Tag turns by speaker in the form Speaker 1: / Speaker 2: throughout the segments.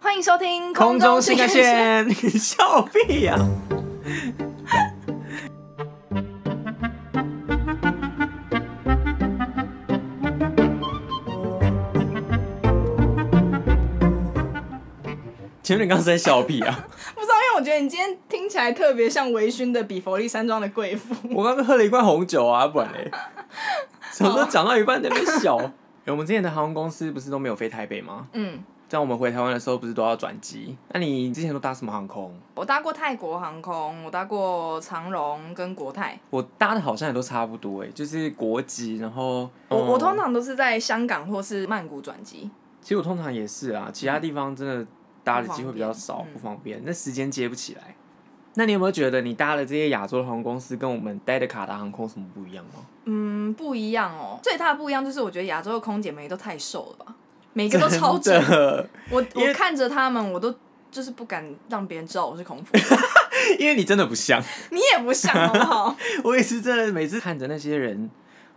Speaker 1: 欢迎收听
Speaker 2: 空中新干
Speaker 1: 线。
Speaker 2: 线， 你笑屁呀、请问你刚才在笑屁 啊？
Speaker 1: 不知道，因为我觉得你今天听起来特别像微醺的比佛利山庄的贵妇。
Speaker 2: 我刚刚喝了一罐红酒啊，不然 嘞，想说讲到一半在那边笑。欸我们之前的航空公司不是都没有飞台北吗？
Speaker 1: 嗯，
Speaker 2: 这样我们回台湾的时候不是都要转机？那你之前都搭什么航空？
Speaker 1: 我搭过泰国航空，我搭过长荣跟国泰。
Speaker 2: 我搭的好像也都差不多哎，就是国籍，然后
Speaker 1: 我、
Speaker 2: 嗯
Speaker 1: 我通常都是在香港或是曼谷转机。
Speaker 2: 其实我通常也是啊，其他地方真的搭的机会比较少，
Speaker 1: 不方便嗯
Speaker 2: 不方便，那时间接不起来。那你有没有觉得你搭的这些亚洲的航空公司跟我们待的卡达航空有什么不一样吗？
Speaker 1: 嗯，不一样哦。最大的不一样就是，我觉得亚洲的空姐们也都太瘦了吧，每个都超
Speaker 2: 真
Speaker 1: 正。
Speaker 2: 的，
Speaker 1: 我
Speaker 2: 因
Speaker 1: 我
Speaker 2: 为
Speaker 1: 看着他们，我都就是不敢让别人知道我是 空腹。
Speaker 2: 因为你真的不像。
Speaker 1: 你也不像好不 好？
Speaker 2: 我也是真的，每次看着那些人，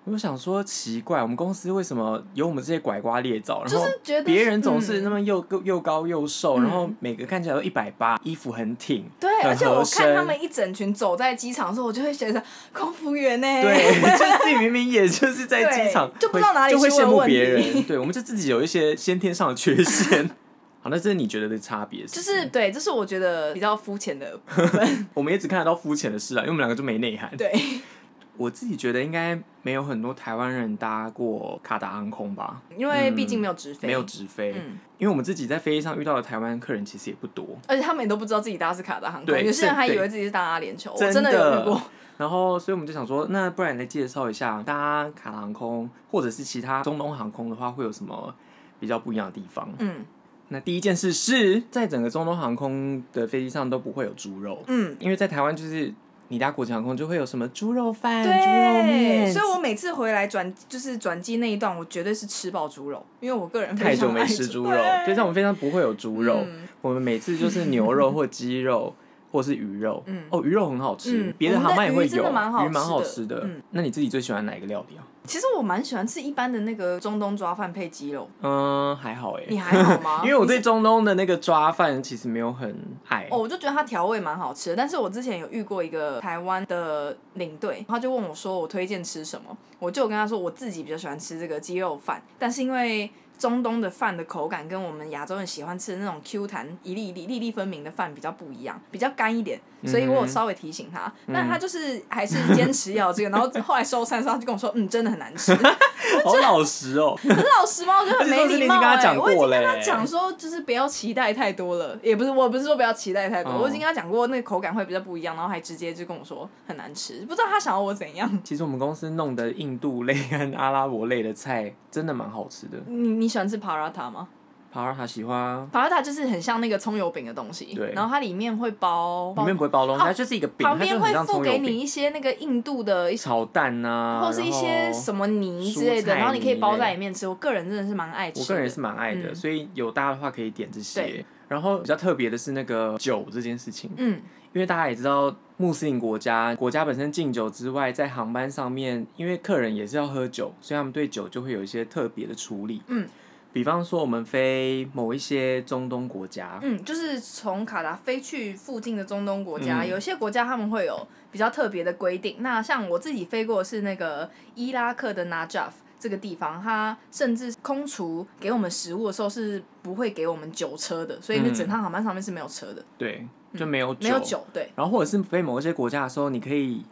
Speaker 2: 我就想说奇怪，我们公司为什么有我们这些拐瓜裂枣？然
Speaker 1: 就
Speaker 2: 后
Speaker 1: 是觉得
Speaker 2: 别人总是
Speaker 1: 嗯
Speaker 2: 那么又、又高又瘦，
Speaker 1: 嗯
Speaker 2: 然后每个看起来都一百八，衣服很挺，
Speaker 1: 对，
Speaker 2: 很
Speaker 1: 而且我
Speaker 2: 合
Speaker 1: 看他
Speaker 2: 身
Speaker 1: 们一整群走在机场的时候，我就会觉得空服员欸呢、
Speaker 2: 对，就是自己明明也就是在机场
Speaker 1: 对
Speaker 2: 会，
Speaker 1: 就不知道哪里
Speaker 2: 就会
Speaker 1: 出了
Speaker 2: 羡慕
Speaker 1: 问题
Speaker 2: 别人。对，我们就自己有一些先天上的缺 陷。好，那这是你觉得的差别，
Speaker 1: 就
Speaker 2: 不
Speaker 1: 是对，这是我觉得比较肤浅的，
Speaker 2: 我们也只看得到肤浅的事啊，因为我们两个就没内涵。
Speaker 1: 对，
Speaker 2: 我自己觉得应该没有很多台湾人搭过卡达航空吧，
Speaker 1: 因为毕竟没有直飞，
Speaker 2: 嗯没有，直飞，
Speaker 1: 嗯，
Speaker 2: 因为我们自己在飞机上遇到的台湾客人其实也不多。
Speaker 1: 而且他们也都不知道自己搭的是卡达航空，
Speaker 2: 对
Speaker 1: 有些人
Speaker 2: 是
Speaker 1: 还以
Speaker 2: 对
Speaker 1: 为自己是搭阿联酋，我
Speaker 2: 真
Speaker 1: 真的有遇
Speaker 2: 的
Speaker 1: 过，
Speaker 2: 然后，所以我们就想说，那不然你来介绍一下搭卡达航空或者是其他中东航空的话，会有什么比较不一样的地方？
Speaker 1: 嗯
Speaker 2: 那第一件事是在整个中东航空的飞机上都不会有猪肉，
Speaker 1: 嗯，
Speaker 2: 因为在台湾就是你搭国际航空就会有什么猪肉饭、猪肉
Speaker 1: 对，
Speaker 2: 面，
Speaker 1: 所以我每次回来转就是转机那一段，我绝对是吃爆猪肉，因为我个人非
Speaker 2: 太久
Speaker 1: 常
Speaker 2: 没
Speaker 1: 爱
Speaker 2: 吃猪肉，就
Speaker 1: 对
Speaker 2: 在我们飞机上不会有猪肉，
Speaker 1: 嗯
Speaker 2: 我们每次就是牛肉或鸡肉。或是鱼肉，
Speaker 1: 嗯
Speaker 2: 哦，鱼肉很好吃
Speaker 1: 嗯，
Speaker 2: 别、的航班也会
Speaker 1: 我们的鱼真
Speaker 2: 有，
Speaker 1: 的蛮好吃的
Speaker 2: 鱼蛮好吃的。
Speaker 1: 嗯
Speaker 2: 那你自己最喜欢哪一个料理啊？
Speaker 1: 其实我蛮喜欢吃一般的那个中东抓饭配鸡肉，
Speaker 2: 嗯，还好哎、
Speaker 1: 你还好欸吗
Speaker 2: ？因为我对中东的那个抓饭其实没有很爱。
Speaker 1: 哦，我就觉得它调味蛮好吃的。但是我之前有遇过一个台湾的领队，他就问我说我推荐吃什么，我就有跟他说我自己比较喜欢吃这个鸡肉饭，但是因为中东的饭的口感跟我们亚洲人喜欢吃的那种 Q 弹一粒一粒粒粒分明的饭比较不一样，比较干一点，所以我有稍微提醒他，但他就是还是坚持要这个，然后后来收餐的时候他就跟我说，嗯，真的很难吃，很
Speaker 2: 好老实哦、
Speaker 1: 老实吗？我觉得很
Speaker 2: 而且
Speaker 1: 没
Speaker 2: 上次
Speaker 1: 礼
Speaker 2: 你已经
Speaker 1: 貌
Speaker 2: 跟他
Speaker 1: 哎、
Speaker 2: 讲
Speaker 1: 我已经
Speaker 2: 过嘞、欸
Speaker 1: 讲说就是不要期待太多了，也不是我不是说不要期待太多，
Speaker 2: 哦
Speaker 1: 我已经跟他讲过那个口感会比较不一样，然后还直接就跟我说很难吃，不知道他想要我怎样。
Speaker 2: 其实我们公司弄的印度类跟阿拉伯类的菜真的蛮好吃的。
Speaker 1: 你你喜欢吃 paratha 吗
Speaker 2: 帕尔塔喜欢啊，
Speaker 1: ？paratha 就是很像那个葱油饼的东西，
Speaker 2: 对
Speaker 1: 然后它里面会包，哦
Speaker 2: 里面不会包东西，它就是一个饼，
Speaker 1: 旁
Speaker 2: 它就
Speaker 1: 边
Speaker 2: 很
Speaker 1: 会
Speaker 2: 像
Speaker 1: 附
Speaker 2: 葱
Speaker 1: 给
Speaker 2: 油
Speaker 1: 你
Speaker 2: 饼，
Speaker 1: 一些那个印度的一些。
Speaker 2: 炒蛋啊，
Speaker 1: 或是一些什
Speaker 2: 么。
Speaker 1: 么泥之类
Speaker 2: 蔬
Speaker 1: 的，
Speaker 2: 菜
Speaker 1: 然后你可以
Speaker 2: 泥
Speaker 1: 包
Speaker 2: 类
Speaker 1: 在里面吃。我个人真的是蛮爱吃的。
Speaker 2: 我个人也是蛮爱的，
Speaker 1: 嗯
Speaker 2: 所以有搭的话可以点这
Speaker 1: 对
Speaker 2: 些。然后比较特别的是那个酒这件事情，
Speaker 1: 嗯，
Speaker 2: 因为大家也知道，穆斯林国家国家本身禁酒之外，在航班上面，因为客人也是要喝酒，所以他们对酒就会有一些特别的处理。
Speaker 1: 嗯，
Speaker 2: 比方说我们飞某一些中东国家，
Speaker 1: 嗯，就是从卡达飞去附近的中东国家，
Speaker 2: 嗯
Speaker 1: 有一些国家他们会有比较特别的规定。那像我自己飞过的是那个伊拉克的 Najaf 这个地方，它甚至空厨给我们食物的时候是不会给我们酒车的，所以那
Speaker 2: 嗯
Speaker 1: 整趟航班上面是没有车的，
Speaker 2: 对，就没有酒，
Speaker 1: 嗯没有。酒。对，
Speaker 2: 然后或者是飞某一些国家的时候，你可以。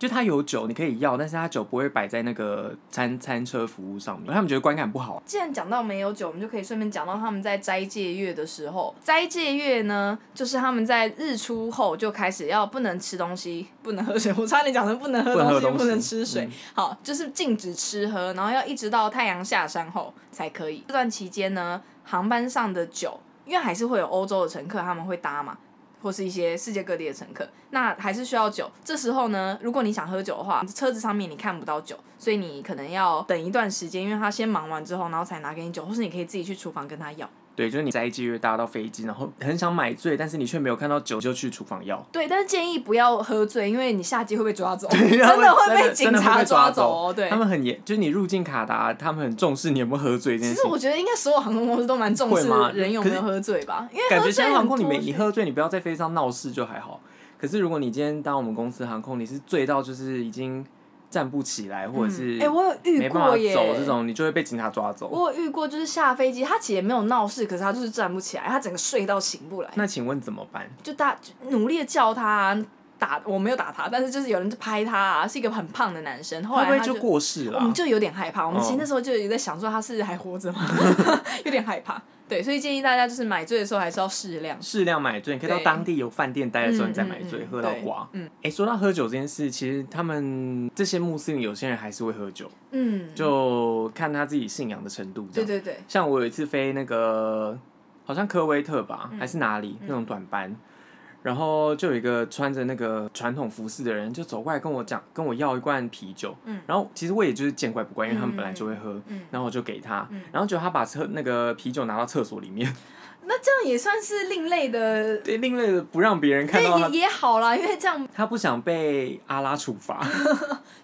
Speaker 2: 就它有酒，你可以要，但是它酒不会摆在那个餐餐车服务上面，他们觉得观感不好。
Speaker 1: 既然讲到没有酒，我们就可以顺便讲到他们在斋戒月的时候。斋戒月呢，就是他们在日出后就开始要不能吃东西，不能喝水。我差点讲成不能喝
Speaker 2: 不能
Speaker 1: 东西，
Speaker 2: 喝
Speaker 1: 不能
Speaker 2: 东西
Speaker 1: 吃水。
Speaker 2: 嗯
Speaker 1: 好，就是禁止吃喝，然后要一直到太阳下山后才可以。这段期间呢，航班上的酒，因为还是会有欧洲的乘客他们会搭嘛，或是一些世界各地的乘客，那还是需要酒。这时候呢，如果你想喝酒的话，车子上面你看不到酒，所以你可能要等一段时间，因为他先忙完之后，然后才拿给你酒，或是你可以自己去厨房跟他要。
Speaker 2: 对，就是你斋戒月搭到飞机，然后很想买醉，但是你却没有看到酒，就去厨房要。
Speaker 1: 对，但是建议不要喝醉，因为你下机会被抓走，
Speaker 2: 对
Speaker 1: 真
Speaker 2: 他们
Speaker 1: 的会
Speaker 2: 真的
Speaker 1: 被警
Speaker 2: 真的会
Speaker 1: 察
Speaker 2: 被抓
Speaker 1: 走哦。对
Speaker 2: 他，们很严，就是你入境卡达，他们很重视你有没有喝醉
Speaker 1: 其
Speaker 2: 这件事
Speaker 1: 实
Speaker 2: 情。
Speaker 1: 我觉得应该所有航空公司都蛮重视
Speaker 2: 会吗
Speaker 1: 人有没有喝醉吧，因为
Speaker 2: 感
Speaker 1: 喝
Speaker 2: 觉
Speaker 1: 醉
Speaker 2: 像
Speaker 1: 很
Speaker 2: 航空，你
Speaker 1: 多
Speaker 2: 没你喝醉，你不要在飞机上闹事就还好。可是如果你今天当我们公司航空，你是醉到就是已经站不起来，或者是
Speaker 1: 哎、我有遇
Speaker 2: 没办法
Speaker 1: 过耶，
Speaker 2: 走这种，你就会被警察抓走。
Speaker 1: 我有遇过，就是下飞机，他其实也没有闹事，可是他就是站不起来，他整个睡到醒不来，
Speaker 2: 那请问怎么办？
Speaker 1: 就大就努力的叫他啊打，我没有打他，但是就是有人就拍他、啊，是一个很胖的男生，后
Speaker 2: 会不
Speaker 1: 来
Speaker 2: 会
Speaker 1: 他
Speaker 2: 就过世了
Speaker 1: 我
Speaker 2: 啊
Speaker 1: 们？就有点害怕，我们其实
Speaker 2: 嗯
Speaker 1: 那时候就有在想说他是还活着吗？ 有点害怕，对，所以建议大家就是买醉的时候还是要适量。
Speaker 2: 适量买醉，你可以到
Speaker 1: 对
Speaker 2: 当地有饭店待的时候，
Speaker 1: 嗯
Speaker 2: 你再买醉，
Speaker 1: 嗯嗯
Speaker 2: 喝到
Speaker 1: 对
Speaker 2: 挂。
Speaker 1: 嗯
Speaker 2: 哎、说到喝酒这件事，其实他们这些穆斯林有些人还是会喝酒，
Speaker 1: 嗯，
Speaker 2: 就看他自己信仰的程度这
Speaker 1: 对
Speaker 2: 样。
Speaker 1: 对对，
Speaker 2: 像我有一次飞那个好像科威特吧，
Speaker 1: 嗯
Speaker 2: 还是哪里、那种短班，然后就有一个穿着那个传统服饰的人就走过来跟我讲，跟我要一罐啤酒。
Speaker 1: 嗯
Speaker 2: 然后其实我也就是见怪不怪，因为他们本来就会喝，
Speaker 1: 嗯
Speaker 2: 然后我就给他，
Speaker 1: 嗯
Speaker 2: 然后结果他把厕那个啤酒拿到厕所里面，
Speaker 1: 那这样也算是另类的，
Speaker 2: 对，另类的不让别人看到
Speaker 1: 但
Speaker 2: 他
Speaker 1: 也，也好啦，因为这样
Speaker 2: 他不想被阿拉处 罚，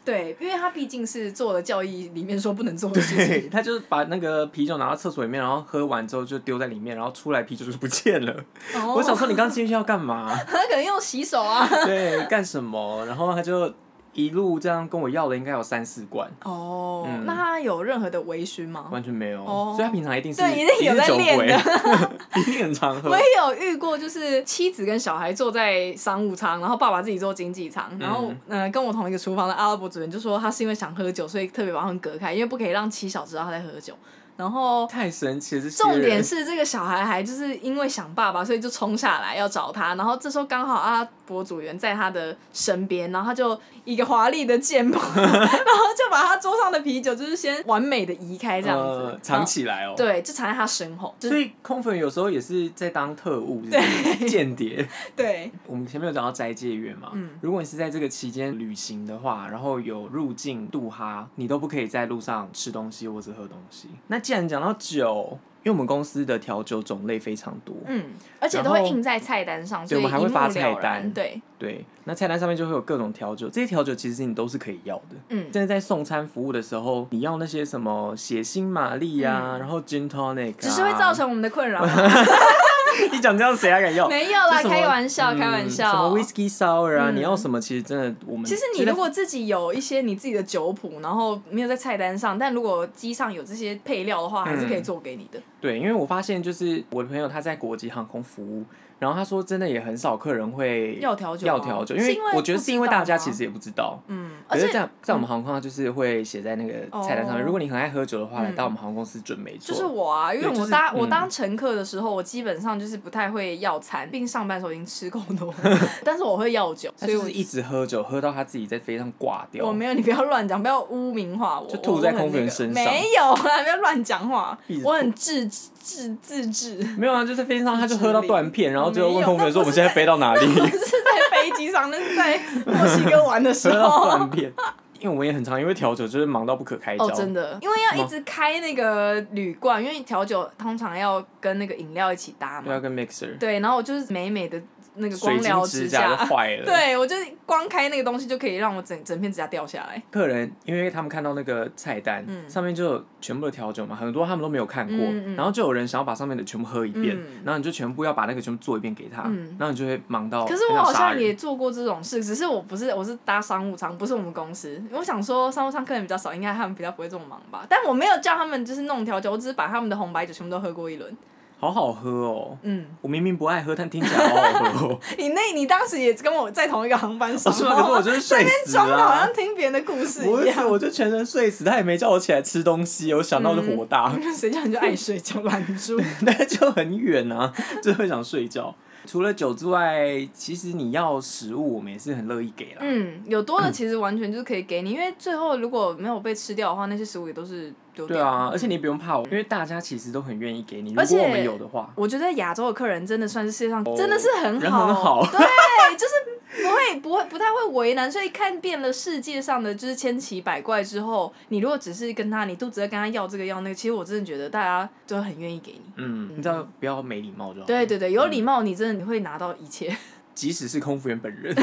Speaker 1: 对，因为他毕竟是做了教义里面说不能做的事
Speaker 2: 对，
Speaker 1: 情。
Speaker 2: 他就是把那个啤酒拿到厕所里面，然后喝完之后就丢在里面，然后出来啤酒就不见了。
Speaker 1: 哦
Speaker 2: 我想说你刚进去要干嘛？
Speaker 1: 他可能用洗手啊。
Speaker 2: 对，干什么？然后他就一路这样跟我要了，应该有三四罐，
Speaker 1: 哦，
Speaker 2: 嗯
Speaker 1: 那他有任何的微醺吗？
Speaker 2: 完全没有。
Speaker 1: 哦
Speaker 2: 所以他平常一定是
Speaker 1: 对一定有在
Speaker 2: 是酒
Speaker 1: 练
Speaker 2: 鬼
Speaker 1: 的，
Speaker 2: 一定很常喝
Speaker 1: 我。也有遇过，就是妻子跟小孩坐在商务舱，然后爸爸自己坐经济舱，然后嗯、呃跟我同一个厨房的阿拉伯主人就说他是因为想喝酒，所以特别把他们隔开，因为不可以让妻小知道他在喝酒。然后
Speaker 2: 太神奇了，这些
Speaker 1: 重点
Speaker 2: 人
Speaker 1: 是这个小孩还就是因为想爸爸，所以就冲下来要找他。然后这时候刚好阿拉伯组员在他的身边，然后他就一个华丽的箭 步，然后就把他桌上的啤酒就是先完美的移开这样子，
Speaker 2: 呃藏起来哦。
Speaker 1: 然后。。对，就藏在他身后，就
Speaker 2: 所
Speaker 1: 是
Speaker 2: 以空粉有时候也是在当特务，就是间谍。
Speaker 1: 对，
Speaker 2: 我们前面有讲到斋戒月嘛，
Speaker 1: 嗯
Speaker 2: 如果你是在这个期间旅行的话，然后有入境杜哈，你都不可以在路上吃东西或者喝东西。那既然讲到酒，因为我们公司的调酒种类非常多，
Speaker 1: 嗯，而且都
Speaker 2: 然
Speaker 1: 会
Speaker 2: 后
Speaker 1: 印在菜单上，
Speaker 2: 对
Speaker 1: 所以
Speaker 2: 我们还会
Speaker 1: 一目
Speaker 2: 发
Speaker 1: 了
Speaker 2: 菜
Speaker 1: 然
Speaker 2: 单
Speaker 1: 对，
Speaker 2: 对，那菜单上面就会有各种调酒，这些调酒其实你都是可以要的。
Speaker 1: 嗯
Speaker 2: 甚。至在送餐服务的时候，你要那些什么血腥玛丽啊，然后 gin tonic，、
Speaker 1: 嗯
Speaker 2: 啊、
Speaker 1: 只是会造成我们的困扰吗，
Speaker 2: 你讲这样谁还敢要？
Speaker 1: 没有 啦，
Speaker 2: 啊就什么
Speaker 1: 开玩笑，
Speaker 2: 嗯
Speaker 1: 开玩笑。
Speaker 2: 什么 whisky sour 啊，
Speaker 1: 嗯
Speaker 2: 你要什么？其实真的，我们
Speaker 1: 其实你如果自己有一些你自己的酒谱，然后没有在菜单上，但如果机上有这些配料的话，还是
Speaker 2: 嗯
Speaker 1: 可以做给你的。
Speaker 2: 对，因为我发现就是我的朋友他在国际航空服务，然后他说真的也很少客人会
Speaker 1: 要调酒吗啊
Speaker 2: 要调酒，因
Speaker 1: 是
Speaker 2: 为
Speaker 1: 因为
Speaker 2: 我觉得
Speaker 1: 不
Speaker 2: 是
Speaker 1: 知
Speaker 2: 因为大
Speaker 1: 道
Speaker 2: 家
Speaker 1: 吗
Speaker 2: 其实也不知道。
Speaker 1: 嗯，
Speaker 2: 可
Speaker 1: 而
Speaker 2: 是
Speaker 1: 且
Speaker 2: 在在我们航空，它啊就是会写在那个菜单上面。
Speaker 1: 哦
Speaker 2: 如果你很爱喝酒的话，来
Speaker 1: 嗯
Speaker 2: 到我们航空公司准没错。
Speaker 1: 就是我啊，因为
Speaker 2: 对就
Speaker 1: 我
Speaker 2: 是
Speaker 1: 当、
Speaker 2: 嗯
Speaker 1: 我当乘客的时候，我基本上就是不太会要餐，并上班的时候已经吃够多， 但是我会要酒，
Speaker 2: 他
Speaker 1: 所以
Speaker 2: 就
Speaker 1: 我
Speaker 2: 是一直喝酒，喝到他自己在飞机上挂掉。
Speaker 1: 我没有，你不要乱讲，不要污名化我。
Speaker 2: 就吐
Speaker 1: 我
Speaker 2: 在
Speaker 1: 很
Speaker 2: 空服员
Speaker 1: 那个
Speaker 2: 身上
Speaker 1: 没有啊，不要乱讲话
Speaker 2: 一直，吐
Speaker 1: 我很自自自制，
Speaker 2: 没有啊，就在飞机上他就喝到断片，然后最后
Speaker 1: 没
Speaker 2: 问
Speaker 1: 有
Speaker 2: 空服员说：“
Speaker 1: 那不
Speaker 2: 我们
Speaker 1: 是
Speaker 2: 现在飞到 哪里
Speaker 1: 不是在飞机上，那是在墨西哥玩的？”时
Speaker 2: 喝 到
Speaker 1: 候。
Speaker 2: 断片。因为我们也很常因为调酒就是忙到不可开交。
Speaker 1: 哦，真的，因为要一直开那个铝罐，因为调酒通常要跟那个饮料一起搭
Speaker 2: 对啊，
Speaker 1: 嘛。
Speaker 2: 跟 mixer
Speaker 1: 对，然后我就是美美的那个光
Speaker 2: 水晶
Speaker 1: 疗
Speaker 2: 指甲
Speaker 1: 甲
Speaker 2: 就，坏 了。
Speaker 1: 对我就是光开那个东西就可以让我整整片指甲掉下来。
Speaker 2: 客人，因为他们看到那个菜单、
Speaker 1: 嗯
Speaker 2: 上面就有全部的调酒嘛，很多他们都没有看过，
Speaker 1: 嗯嗯
Speaker 2: 然后就有人想要把上面的全部喝一遍，
Speaker 1: 嗯
Speaker 2: 然后你就全部要把那个全部做一遍给他，
Speaker 1: 嗯
Speaker 2: 然后你就会忙到
Speaker 1: 可
Speaker 2: 很
Speaker 1: 是
Speaker 2: 想
Speaker 1: 我好
Speaker 2: 哦杀
Speaker 1: 像
Speaker 2: 人
Speaker 1: 也做过这种事，只是我不是我是搭商务舱，不是我们公司。我想说商务舱客人比较少，应该他们比较不会这么忙吧。但我没有叫他们就是弄调酒，我只是把他们的红白酒全部都喝过一轮。
Speaker 2: 好好喝哦。
Speaker 1: 嗯，
Speaker 2: 我明明不爱喝，但听起来好 好喝、哦。
Speaker 1: 你那你当时也跟我在同一个航班
Speaker 2: 我
Speaker 1: 上，
Speaker 2: 说
Speaker 1: 然
Speaker 2: 可是
Speaker 1: 后
Speaker 2: 我就是睡死
Speaker 1: 装的好
Speaker 2: 了啊
Speaker 1: 像。听别人的故事
Speaker 2: 不
Speaker 1: 一
Speaker 2: 是，
Speaker 1: 样。
Speaker 2: 我就全身睡死，他也没叫我起来吃东西，我想到就火大，
Speaker 1: 谁叫你就爱睡觉懒猪？
Speaker 2: 但就很远啊，就会想睡觉。除了酒之外，其实你要食物，我们也是很乐意给啦。
Speaker 1: 嗯，有多的其实完全就是可以给你，因为最后如果没有被吃掉的话，那些食物也都是有
Speaker 2: 对
Speaker 1: 点。
Speaker 2: 啊，而且你不用怕我，因为大家其实都很愿意给你。如
Speaker 1: 而且
Speaker 2: 果我们有的话，
Speaker 1: 我觉得亚洲的客人真的算是世界上真的是很
Speaker 2: 哦人
Speaker 1: 好，
Speaker 2: 很好
Speaker 1: 对， 就是不会不会不太会为难，所以看遍了世界上的就是千奇百怪之后，你如果只是跟他，你肚子在跟他要这个要那个，其实我真的觉得大家都很愿意给你。
Speaker 2: 嗯，你知道不要没礼貌就好。
Speaker 1: 对，对对，有礼貌，你真的你会拿到一切，
Speaker 2: 即使是空服 员本人，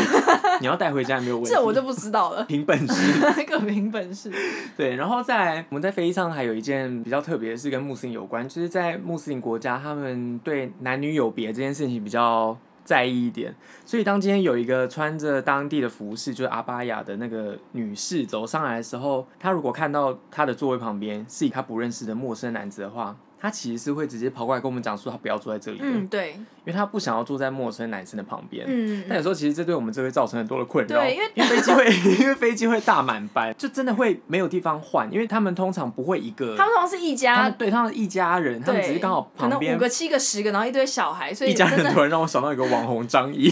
Speaker 2: 你要带回家也没有问题。，
Speaker 1: 这我就不知道了
Speaker 2: 凭本事。
Speaker 1: 各凭本事。
Speaker 2: 对，然后再来，我们在飞机上还有一件比较特别的事，跟穆斯林有关，就是在穆斯林国家，他们对男女有别这件事情比较在意一点。所以当今天有一个穿着当地的服饰，就是阿巴雅的那个女士走上来的时候，她如果看到她的座位旁边是她不认识的陌生男子的话，她其实是会直接跑过来跟我们讲说她不要坐在这里的，
Speaker 1: 嗯，对，
Speaker 2: 因为她不想要坐在陌生男生的旁边。
Speaker 1: 嗯，
Speaker 2: 但有时候其实这对我们这会造成很多的困扰，
Speaker 1: 对因为
Speaker 2: 飞机会 因为飞机会大满班，就真的会没有地方换，因为他们通常不会一个，
Speaker 1: 他们好像是一
Speaker 2: 他
Speaker 1: 家
Speaker 2: 们，对他们一家人，他们
Speaker 1: 对
Speaker 2: 只是刚好
Speaker 1: 可
Speaker 2: 旁
Speaker 1: 能
Speaker 2: 边
Speaker 1: 五个、七个、十个，然后一堆小孩，所以
Speaker 2: 一家
Speaker 1: 真
Speaker 2: 人
Speaker 1: 的
Speaker 2: 突然让我想到一个网红 张译，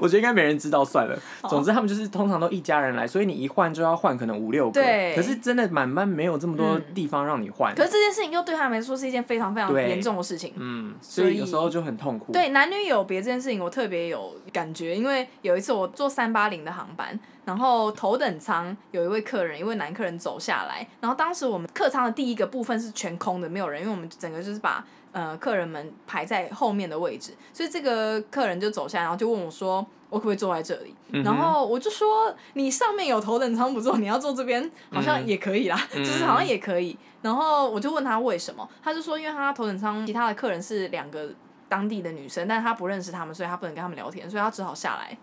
Speaker 2: 我觉得应该没人知道算了。总之他们就是通常都一家人来，所以你一换就要换可能五六个，
Speaker 1: 对
Speaker 2: 可是真的满班没有这么多
Speaker 1: 嗯
Speaker 2: 地方让你换，
Speaker 1: 可是这件事情又对他们来说是一件非常非常
Speaker 2: 对
Speaker 1: 严重的事情。
Speaker 2: 嗯，所
Speaker 1: 所
Speaker 2: 以
Speaker 1: 以
Speaker 2: 有时候就很痛苦。
Speaker 1: 对男女有别这件事情，我特别有感觉，因为有一次我坐三八零的航班，然后头等舱有一位客人，一位男客人走下来，然后当时我们客舱的第一个部分是全空的，没有人，因为我们整个就是把呃客人们排在后面的位置，所以这个客人就走下来，然后就问我说。我可不可以坐在这里？
Speaker 2: 嗯哼
Speaker 1: 然后我就说，你上面有头等舱不坐，你要坐这边，好像
Speaker 2: 嗯
Speaker 1: 也可以啦，就是好像也可以。然后我就问他为什么，他就说，因为他头等舱其他的客人是两个当地的女生，但是他不认识他们，所以他不能跟他们聊天，所以他只好下来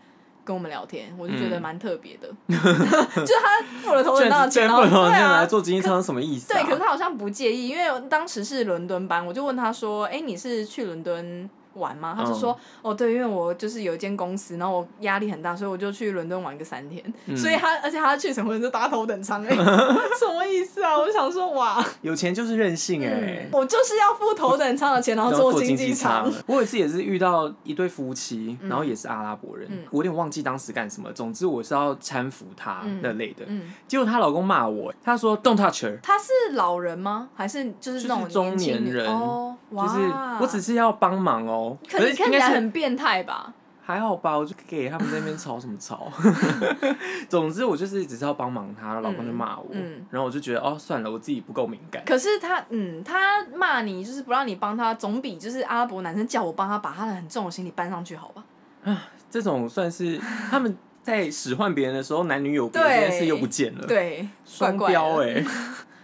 Speaker 1: 跟我们聊天。我就觉得
Speaker 2: 嗯
Speaker 1: 蛮特别的，就是他付了头等舱的
Speaker 2: 居
Speaker 1: 钱，
Speaker 2: 然
Speaker 1: 然后
Speaker 2: 是真不能
Speaker 1: 对啊
Speaker 2: 来，做经济舱是什么意思、啊？
Speaker 1: 对，可是他好像不介意，因为当时是伦敦班，我就问他说：“哎、你是去伦敦玩吗？”他就说：“
Speaker 2: 嗯
Speaker 1: 哦，对，因为我就是有一间公司，然后我压力很大，所以我就去伦敦玩个三天。
Speaker 2: 嗯
Speaker 1: 所以他，而且他去什么人就搭头等舱、 哎，什么意思啊？我想说，哇，
Speaker 2: 有钱就是任性哎、
Speaker 1: 嗯我就是要付头等舱的钱，然后哦坐经济舱。。
Speaker 2: 我有一次也是遇到一对夫妻，
Speaker 1: 嗯
Speaker 2: 然后也是阿拉伯人，我有点忘记当时干什么。总之我是要搀扶她那类的。
Speaker 1: 嗯，
Speaker 2: 结果她老公骂我，他说 “Don't touch her”，
Speaker 1: 他是老人吗？还是就是那种
Speaker 2: 就是中
Speaker 1: 年轻
Speaker 2: 年人
Speaker 1: 哦，哇，
Speaker 2: 就是我只是要帮忙哦、
Speaker 1: 可你看
Speaker 2: 应
Speaker 1: 起来
Speaker 2: 该是
Speaker 1: 很变态吧？
Speaker 2: 还好吧，我就给他们在那边吵什么吵。 总之我就是只是要帮忙她，老公就骂我，
Speaker 1: 嗯
Speaker 2: 然后我就觉得哦算了，我自己不够敏感。
Speaker 1: 可是他，嗯，他骂你就是不让你帮他，总比就是阿拉伯男生叫我帮他把他的很重的行李搬上去好吧？
Speaker 2: 这种算是他们在使唤别人的时候，男女有别这件事又不见了。
Speaker 1: 对，怪
Speaker 2: 双
Speaker 1: 怪的嗯
Speaker 2: 标哎、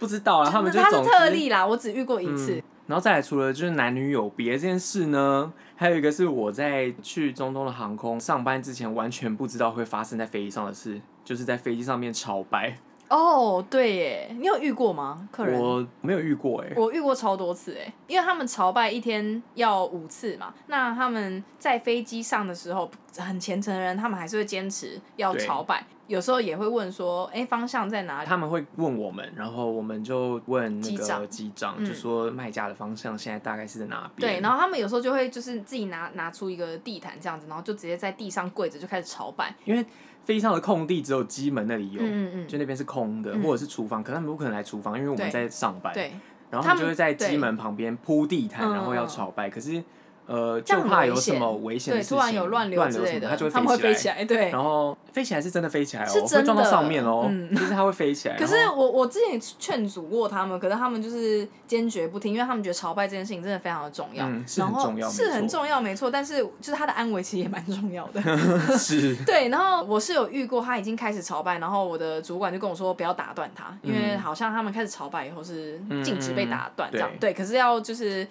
Speaker 2: 不知道啊，他们就
Speaker 1: 他是
Speaker 2: 总之
Speaker 1: 特。例啦，我只遇过一次。
Speaker 2: 然后再来，除了就是男女有别这件事呢，还有一个是我在去中东的航空上班之前，完全不知道会发生在飞机上的事，就是在飞机上面超白，
Speaker 1: 哦、对耶，你有遇过吗？客人？
Speaker 2: 我没有遇过哎、
Speaker 1: 我遇过超多次哎、因为他们朝拜一天要五次嘛，那他们在飞机上的时候，很虔诚的人，他们还是会坚持要
Speaker 2: 对
Speaker 1: 朝拜，有时候也会问说，哎、方向在哪里？
Speaker 2: 他们会问我们，然后我们就问那
Speaker 1: 机
Speaker 2: 个
Speaker 1: 长
Speaker 2: 机长，
Speaker 1: 嗯
Speaker 2: 就说卖家的方向现在大概是在哪边？
Speaker 1: 对，然后他们有时候就会就是自己拿拿出一个地毯这样子，然后就直接在地上跪着就开始朝拜。
Speaker 2: 因为飞机上的空地只有机门那里有，
Speaker 1: 嗯嗯
Speaker 2: 就
Speaker 1: 嗯，
Speaker 2: 那边是空的，或者是厨房，可他们不可能来厨房，因为我们
Speaker 1: 对
Speaker 2: 在上班。
Speaker 1: 对，
Speaker 2: 然后
Speaker 1: 他
Speaker 2: 他们就
Speaker 1: 们
Speaker 2: 会在
Speaker 1: 对
Speaker 2: 机门旁边铺地毯，
Speaker 1: 嗯
Speaker 2: 然后要
Speaker 1: 嗯
Speaker 2: 朝拜。可是，呃，
Speaker 1: 这
Speaker 2: 就
Speaker 1: 样很
Speaker 2: 怕
Speaker 1: 危
Speaker 2: 有什
Speaker 1: 险
Speaker 2: 么危险的
Speaker 1: 对，
Speaker 2: 事情，
Speaker 1: 突然有
Speaker 2: 乱
Speaker 1: 乱流之
Speaker 2: 什
Speaker 1: 类
Speaker 2: 么
Speaker 1: 的，
Speaker 2: 它就
Speaker 1: 他们会
Speaker 2: 飞
Speaker 1: 飞起
Speaker 2: 来。
Speaker 1: 来，对。
Speaker 2: 然后飞起来是真的飞起来哦，
Speaker 1: 是
Speaker 2: 会撞到
Speaker 1: 真的
Speaker 2: 上面哦，
Speaker 1: 嗯
Speaker 2: 就是它会飞起来。
Speaker 1: 可是
Speaker 2: 然后
Speaker 1: 我我之前也劝阻过他们，可是他们就是坚决不听，因为他们觉得朝拜这件事情真的非常的重要，
Speaker 2: 嗯是
Speaker 1: 然
Speaker 2: 很
Speaker 1: 后
Speaker 2: 重要
Speaker 1: 是
Speaker 2: 没
Speaker 1: 很
Speaker 2: 错
Speaker 1: 重要，没错。但是就是他的安危其实也蛮重要的。
Speaker 2: 是
Speaker 1: 对，然后我是有遇过他已经开始朝拜，然后我的主管就跟我说不要打断他，因为
Speaker 2: 嗯
Speaker 1: 好像他们开始朝拜以后是禁止被打断
Speaker 2: 嗯嗯嗯
Speaker 1: 这样。对，可是要就是。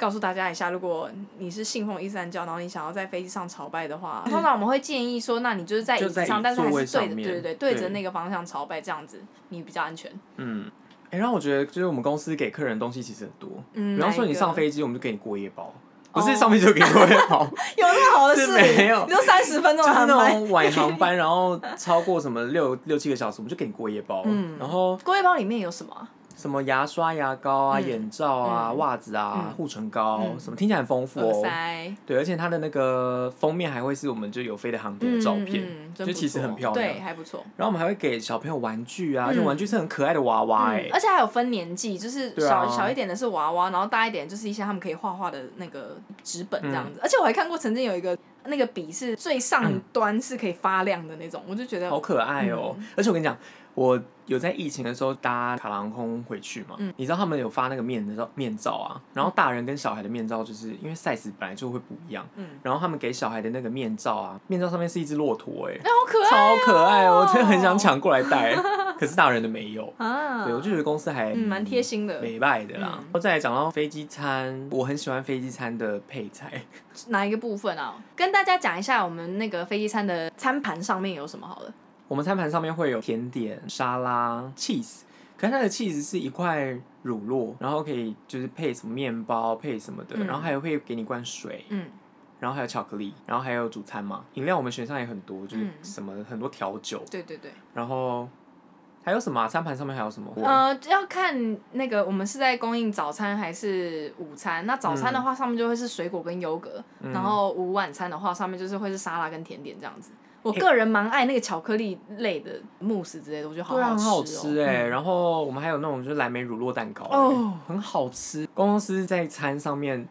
Speaker 1: 告诉大家一下，如果你是信奉伊斯兰教，然后你想要在飞机上朝拜的话，通常我们会建议说，那你就是在椅
Speaker 2: 就在
Speaker 1: 子上，
Speaker 2: 椅
Speaker 1: 但是还
Speaker 2: 座位
Speaker 1: 是对
Speaker 2: 上
Speaker 1: 着，
Speaker 2: 面
Speaker 1: 对对对，对着
Speaker 2: 对
Speaker 1: 那个方向朝拜，这样子你比较安全。
Speaker 2: 嗯。哎、然后我觉得就是我们公司给客人的东西其实很多，
Speaker 1: 嗯
Speaker 2: 比方说
Speaker 1: 哪一
Speaker 2: 你
Speaker 1: 个
Speaker 2: 上飞机，我们就给你过夜包，不
Speaker 1: 哦
Speaker 2: 是上飞机就给你过夜包，
Speaker 1: 有那么好的
Speaker 2: 是
Speaker 1: 事？
Speaker 2: 没有哦
Speaker 1: 你就三十分钟
Speaker 2: 就是
Speaker 1: 航
Speaker 2: 那
Speaker 1: 班，
Speaker 2: 种晚航班，然后超过什么六六七个小时，我们就给你过夜包。
Speaker 1: 嗯
Speaker 2: 然后
Speaker 1: 锅夜包里面有什么啊？
Speaker 2: 什么牙刷、牙膏啊、
Speaker 1: 嗯
Speaker 2: 眼罩啊、
Speaker 1: 嗯
Speaker 2: 袜子啊、
Speaker 1: 嗯
Speaker 2: 护唇膏，
Speaker 1: 嗯
Speaker 2: 什么听起来很丰富
Speaker 1: 耳
Speaker 2: 哦。
Speaker 1: 塞
Speaker 2: 对，而且它的那个封面还会是我们就有飞的航点的照片，
Speaker 1: 嗯嗯嗯真不
Speaker 2: 就其实
Speaker 1: 错
Speaker 2: 很漂
Speaker 1: 对，
Speaker 2: 亮。
Speaker 1: 还不错。
Speaker 2: 然后我们还会给小朋友玩具啊，就
Speaker 1: 嗯
Speaker 2: 玩具是很可爱的娃娃哎、
Speaker 1: 嗯，而且还有分年纪，就是
Speaker 2: 对
Speaker 1: 小、
Speaker 2: 啊
Speaker 1: 小一点的是娃娃，然后大一点就是一些他们可以画画的那个纸本这样
Speaker 2: 嗯
Speaker 1: 子。而且我还看过曾经有一个那个笔是最上端是可以发亮的那种，我就觉得
Speaker 2: 好可爱哦、
Speaker 1: 嗯
Speaker 2: 而且我跟你讲，我有在疫情的时候搭卡航空回去嘛，
Speaker 1: 嗯
Speaker 2: 你知道他们有发那个面的罩面罩啊，然后大人跟小孩的面罩就是因为 size 本来就会不一样，
Speaker 1: 嗯
Speaker 2: 然后他们给小孩的那个面罩啊，面罩上面是一只骆 驼哎、
Speaker 1: 哎、好可爱
Speaker 2: 超可爱哦，我真的很想抢过来戴，可是大人的没有。
Speaker 1: 啊！
Speaker 2: 对，我就觉得公司还
Speaker 1: 嗯蛮贴心的。
Speaker 2: 美败的啦。
Speaker 1: 嗯
Speaker 2: 然后再来讲到飞机餐，我很喜欢飞机餐的配菜，
Speaker 1: 哪一个部分啊？跟大家讲一下我们那个飞机餐的餐盘上面有什么好了。
Speaker 2: 我们餐盘上面会有甜点、沙拉、cheese，可是它的 cheese 是一块乳酪，然后可以就是配什么面包、配什么的，
Speaker 1: 嗯
Speaker 2: 然后还会给你一罐水，
Speaker 1: 嗯，
Speaker 2: 然后还有巧克力，然后还有主餐嘛，饮料我们选项也很多，就是
Speaker 1: 嗯
Speaker 2: 什么很多调酒，
Speaker 1: 对对对。
Speaker 2: 然后还有什么、啊？餐盘上面还有什么？
Speaker 1: 呃，要看那个我们是在供应早餐还是午餐。那早餐的话，上面就会是水果跟优格，
Speaker 2: 嗯
Speaker 1: 然后午晚餐的话，上面就是会是沙拉跟甜点这样子。我个人蛮爱那个巧克力类的慕斯之类的，我觉得好
Speaker 2: 对啊，很好
Speaker 1: 吃
Speaker 2: 吃
Speaker 1: 哦。
Speaker 2: 哎、然后我们还有那种就是蓝莓乳酪蛋糕、欸，
Speaker 1: 哦
Speaker 2: 很好吃。公司在餐上面，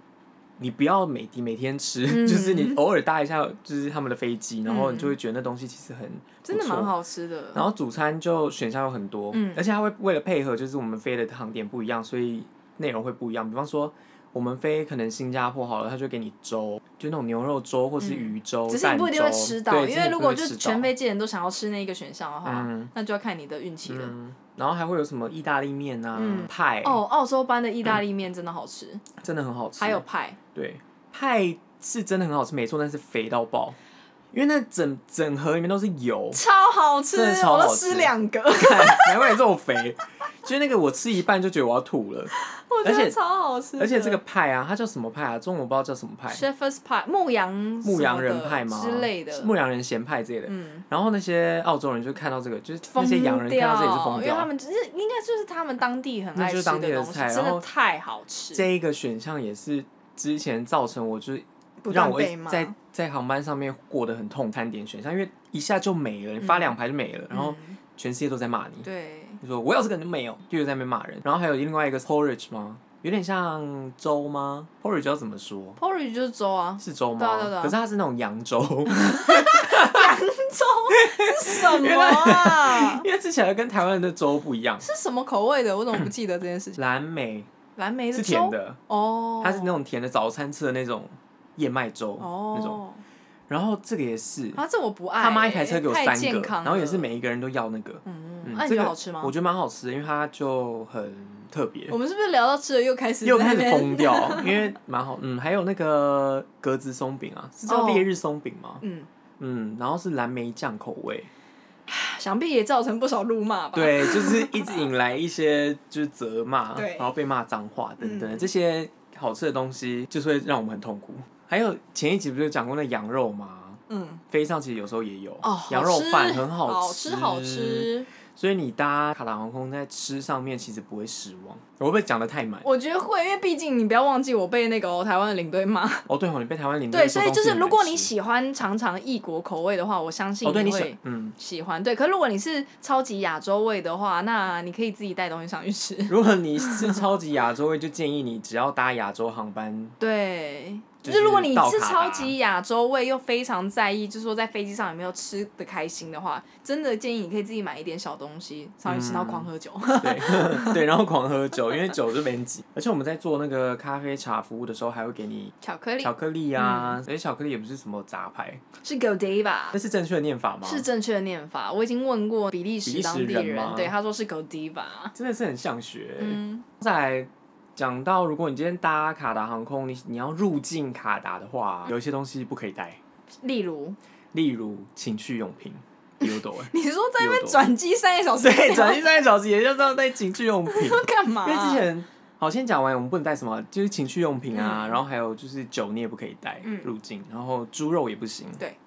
Speaker 2: 你不要每每天吃，
Speaker 1: 嗯
Speaker 2: 就是你偶尔搭一下，就是他们的飞机，然后
Speaker 1: 嗯
Speaker 2: 你就会觉得那东西其实很
Speaker 1: 真的
Speaker 2: 不错
Speaker 1: 蛮。好吃的。
Speaker 2: 然后主餐就选项有很多，
Speaker 1: 嗯
Speaker 2: 而且它会为了配合，就是我们飞的航点不一样，所以内容会不一样。比方说，我们飞可能新加坡好了，它就给你粥，就那种牛肉粥或是
Speaker 1: 嗯
Speaker 2: 鱼粥、
Speaker 1: 只是你不一定会
Speaker 2: 蛋粥
Speaker 1: 吃到，
Speaker 2: 对只
Speaker 1: 因
Speaker 2: 是
Speaker 1: 为
Speaker 2: 你
Speaker 1: 如
Speaker 2: 不
Speaker 1: 果
Speaker 2: 会
Speaker 1: 就
Speaker 2: 吃到
Speaker 1: 全飞机人都想要吃那一个选项的话
Speaker 2: 嗯，
Speaker 1: 那就要看你的运气了。
Speaker 2: 嗯，然后还会有什么意大利面啊、
Speaker 1: 嗯
Speaker 2: 派
Speaker 1: 哦，澳洲班的意大利面真的好吃，
Speaker 2: 真的很好吃。
Speaker 1: 还有派，，
Speaker 2: 对派是真的很好吃，没错，但是肥到爆，因为那整整盒里面都是油
Speaker 1: 超好吃，
Speaker 2: 真的超好
Speaker 1: 我
Speaker 2: 吃
Speaker 1: 都吃两 个，
Speaker 2: 看难怪你这么肥。就是那个我吃一半就觉得我要吐了，
Speaker 1: 我觉得
Speaker 2: 而且
Speaker 1: 超好吃的。
Speaker 2: 而且这个派啊，它叫什么派啊？中文我不知道叫什么派，
Speaker 1: Shepherd's Pie 牧羊
Speaker 2: 牧羊
Speaker 1: 什
Speaker 2: 人
Speaker 1: 么的
Speaker 2: 派吗？
Speaker 1: 之类的，
Speaker 2: 牧羊人咸派之类的。
Speaker 1: 嗯，
Speaker 2: 然后那些澳洲人就看到这个，就是那
Speaker 1: 疯
Speaker 2: 些
Speaker 1: 掉
Speaker 2: 洋，人看到这也是疯
Speaker 1: 因为他
Speaker 2: 掉。
Speaker 1: 们就是应该就是他们当地很
Speaker 2: 那
Speaker 1: 爱
Speaker 2: 就
Speaker 1: 吃
Speaker 2: 是当地的
Speaker 1: 东西，
Speaker 2: 菜
Speaker 1: 真
Speaker 2: 然
Speaker 1: 的
Speaker 2: 后
Speaker 1: 太好吃，
Speaker 2: 这一个选项也是之前造成我就是
Speaker 1: 不断
Speaker 2: 让我
Speaker 1: 被
Speaker 2: 一
Speaker 1: 骂
Speaker 2: 在在航班上面过得很痛，餐点选项，因为一下就没了，你发两排就没了，然后
Speaker 1: 嗯
Speaker 2: 全世界都在骂你，
Speaker 1: 对，
Speaker 2: 就说我要这个你就没有，就是在那边骂人。然后还有另外一个 porridge 吗？有点像粥吗？porridge 要怎么说？，
Speaker 1: porridge 就是粥啊
Speaker 2: 是粥吗？
Speaker 1: 对啊对啊对啊
Speaker 2: 可是它是那种扬 粥，
Speaker 1: 扬州 是什么啊？
Speaker 2: 因为吃起来跟台湾的粥不一样。
Speaker 1: 是什么口味的？我怎么不记得这件 事情？
Speaker 2: 蓝莓
Speaker 1: 蓝莓
Speaker 2: 是
Speaker 1: 的
Speaker 2: 甜
Speaker 1: 粥
Speaker 2: 的，
Speaker 1: 哦，
Speaker 2: 它是那种甜的早餐吃的那种燕麦粥、那种。
Speaker 1: 哦，
Speaker 2: 然后这个也是，
Speaker 1: 啊，这我不爱欸，
Speaker 2: 他妈一台车给我
Speaker 1: 太
Speaker 2: 三
Speaker 1: 健
Speaker 2: 个，
Speaker 1: 康了
Speaker 2: 然后也是每一个人都要那个。
Speaker 1: 嗯，
Speaker 2: 嗯
Speaker 1: 那你觉
Speaker 2: 这个
Speaker 1: 得好吃吗
Speaker 2: 我？觉得蛮好吃的，因为它就很特别
Speaker 1: 我，们是不是聊到吃了又开始
Speaker 2: 又
Speaker 1: 在那
Speaker 2: 开始
Speaker 1: 边
Speaker 2: 疯掉，因为蛮好。嗯，还有那个格子松饼啊，是叫
Speaker 1: 哦
Speaker 2: 烈日松饼吗？
Speaker 1: 嗯，
Speaker 2: 嗯，然后是蓝莓酱口味，
Speaker 1: 想必也造成不少辱骂吧？，
Speaker 2: 对，就是一直引来一些就是责骂，
Speaker 1: 对
Speaker 2: 然后被骂脏话等等的
Speaker 1: 嗯
Speaker 2: 这些好吃的东西，就是会让我们很痛苦。还有前一集不是讲过那羊肉吗？
Speaker 1: 嗯，
Speaker 2: 飞上其实有时候也有
Speaker 1: 哦，好
Speaker 2: 羊肉
Speaker 1: 吃
Speaker 2: 饭很
Speaker 1: 好
Speaker 2: 吃，
Speaker 1: 好吃。
Speaker 2: 所以你搭卡达航空在吃上面其实不会失望。我会不会讲的太满？
Speaker 1: 我觉得会，因为毕竟你不要忘记，我被那个、台湾的领队骂。
Speaker 2: 哦，对哦，你被台湾 领队
Speaker 1: 对，
Speaker 2: 说
Speaker 1: 所以
Speaker 2: 东
Speaker 1: 就
Speaker 2: 西
Speaker 1: 是
Speaker 2: 很
Speaker 1: 如果
Speaker 2: 难
Speaker 1: 你
Speaker 2: 吃
Speaker 1: 喜欢尝尝异国口味的话，我相信
Speaker 2: 哦，对你
Speaker 1: 会
Speaker 2: 喜嗯，
Speaker 1: 喜欢。对，可是如果你是超级亚洲味的话，那你可以自己带东西上去吃。
Speaker 2: 如果你是超级亚洲味，就建议你只要搭亚洲航班，
Speaker 1: 对，就
Speaker 2: 就
Speaker 1: 是是如果你
Speaker 2: 到
Speaker 1: 是
Speaker 2: 卡
Speaker 1: 超
Speaker 2: 达
Speaker 1: 级亚洲味又非常在意，就是说在飞机上有没有吃的开心的话，真的建议你可以自己买一点小东西上去吃，然
Speaker 2: 嗯
Speaker 1: 后狂喝酒。
Speaker 2: 对 对，然后狂喝酒，因为酒就没人挤。而且我们在做那个咖啡茶服务的时候，还会给你
Speaker 1: 巧克力嗯
Speaker 2: 巧克力啊，而且巧克力也不是什么杂牌，
Speaker 1: 是 Godiva
Speaker 2: 那。是正确的念法吗？
Speaker 1: 是正确的念法，我已经问过比利
Speaker 2: 比
Speaker 1: 时
Speaker 2: 利时
Speaker 1: 当地
Speaker 2: 人吗
Speaker 1: 对他说是 Godiva。
Speaker 2: 真的是很像学欸、
Speaker 1: 嗯，
Speaker 2: 再来讲到，如果你今天搭卡达航空，你你要入境卡达的话，有一些东西不可以带，
Speaker 1: 例如。
Speaker 2: 例如情趣用品，丢斗 哎
Speaker 1: 你说在那
Speaker 2: 有
Speaker 1: 边
Speaker 2: 的
Speaker 1: 转机三个小时，
Speaker 2: 对，转机三个小时，也就是要带情趣 用品。
Speaker 1: 干嘛、啊
Speaker 2: 因为之前好，先讲完，我们不能带什么，就是情趣用品啊，然后还有就是酒你也不可以带
Speaker 1: 嗯
Speaker 2: 入境，然后猪肉也不行。
Speaker 1: 对，